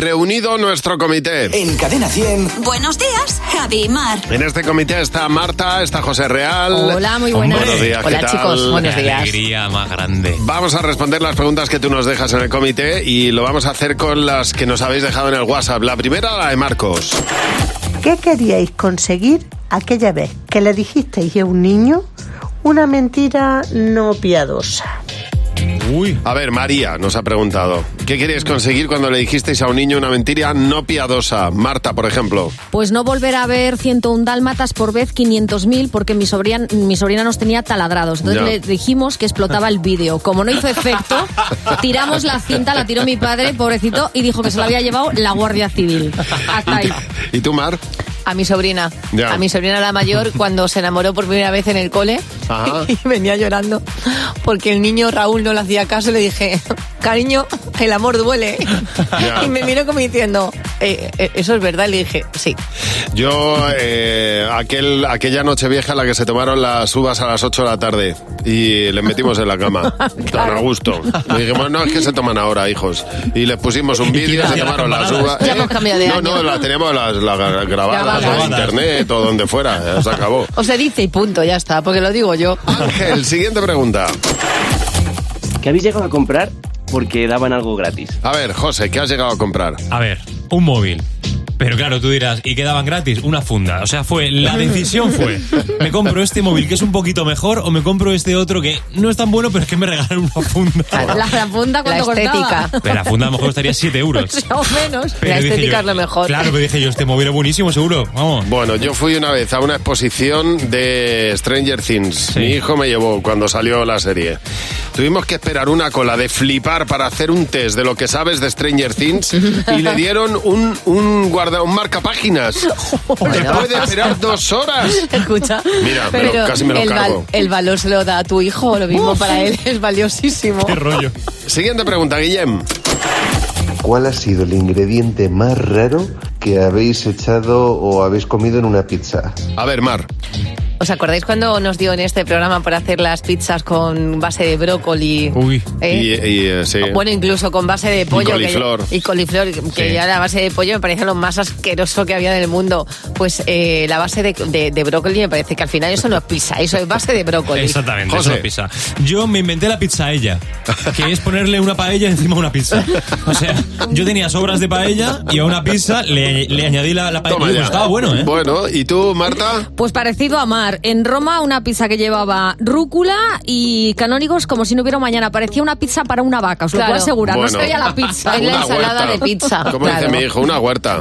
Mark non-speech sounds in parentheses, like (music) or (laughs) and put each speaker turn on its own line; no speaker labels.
Reunido nuestro comité.
En Cadena 100.
Buenos días, Javi y Mar.
En este comité está Marta, está José Real.
Hola, muy buenas.
Buenos días, ¿qué
Hola,
tal?
chicos, buenos
La
días.
alegría más grande.
Vamos a responder las preguntas que tú nos dejas en el comité y lo vamos a hacer con las que nos habéis dejado en el WhatsApp. La primera, la de Marcos.
¿Qué queríais conseguir aquella vez que le dijisteis a un niño una mentira no piadosa?
Uy.
A ver, María nos ha preguntado, ¿qué queréis conseguir cuando le dijisteis a un niño una mentira no piadosa? Marta, por ejemplo.
Pues no volver a ver 101 dálmatas por vez 500.000 porque mi sobrina, mi sobrina nos tenía taladrados. Entonces
Ya.
le dijimos que explotaba el vídeo. Como no hizo efecto,
(laughs)
tiramos la cinta, la tiró mi padre, pobrecito, y dijo que se la había llevado la Guardia Civil. Hasta ahí.
(laughs) ¿Y tú, Mar?
A mi sobrina.
Ya.
A mi sobrina la mayor cuando se enamoró por primera vez en el cole. (laughs)
Ajá.
Y venía llorando porque el niño Raúl no le hacía caso y le dije, cariño, el amor duele.
Ya.
(laughs) Y me miró como diciendo, "Eh, eh, ¿eso es verdad? Y le dije, sí.
Yo, eh, aquel, aquella noche vieja en la que se tomaron las uvas a las 8 de la tarde y les metimos en la
(laughs)
cama, tan a gusto. Le dijimos, no, es que se toman ahora, hijos. Y les
(laughs)
pusimos un vídeo, se
ya
tomaron
las
las uvas.
Ya hemos cambiado de
no,
año.
no, las teníamos las, las grabadas,
Grabadas.
en internet o donde fuera, ya se
(laughs)
acabó.
O se dice y punto, ya está, porque lo digo yo.
Ángel, siguiente pregunta.
que habéis llegado a comprar porque daban algo gratis.
A ver, José, ¿qué has llegado a comprar?
A ver, un móvil. Pero claro, tú dirás, ¿y quedaban gratis? Una funda. O sea, fue, la decisión fue, ¿me compro este móvil que es un poquito mejor o me compro este otro que no es tan bueno, pero es que me regalaron una funda?
La funda
La
cuando
estética. (laughs)
cortaba.
Pero la funda a lo mejor costaría 7 euros.
O menos.
Pero
La
dije
estética
yo,
es lo mejor.
Claro, pero dije yo, este móvil es buenísimo, seguro. Vamos.
Bueno, yo fui una vez a una exposición de Stranger Things. Mi hijo me llevó cuando salió la serie. Tuvimos que esperar una cola de flipar para hacer un test de lo que sabes de Stranger Things y le dieron un, un guarda, un marcapáginas. Después de esperar dos horas.
(laughs) Escucha.
Mira, me lo- casi me lo
el,
cargo.
el valor se lo da a tu hijo, lo mismo para él (laughs) es valiosísimo.
Qué rollo.
Siguiente pregunta, Guillem.
¿Cuál ha sido el ingrediente más raro que habéis echado o habéis comido en una pizza?
A ver, Mar.
¿Os acordáis cuando nos dio en este programa por hacer las pizzas con base de brócoli?
Uy.
¿Eh?
Y, y, eh, sí.
Bueno, incluso con base de pollo. que-
coliflor.
y coliflor, que
Sí.
ya la base de pollo me parece lo más asqueroso que había en el mundo. Pues eh, la base de, de- de brócoli me parece que al final eso no es pizza, eso es base de brócoli.
Exactamente,
José.
eso es pizza. Yo me inventé la pizza ella, que es ponerle una paella encima de una pizza. O sea, yo tenía sobras de paella y a una pizza le, le añadí la, la paella.
Toma
Y
ya.
estaba bueno, ¿eh?
Bueno, ¿y tú, Marta?
Pues parecido a Mar. En Roma, una pizza que llevaba rúcula y canónigos como si no hubiera mañana. Parecía una pizza para una vaca, os lo
Claro.
puedo asegurar. No se
Bueno.
veía la pizza.
Es
(laughs)
la
Una
ensalada de pizza,
Como dice
claro.
mi hijo, una huerta.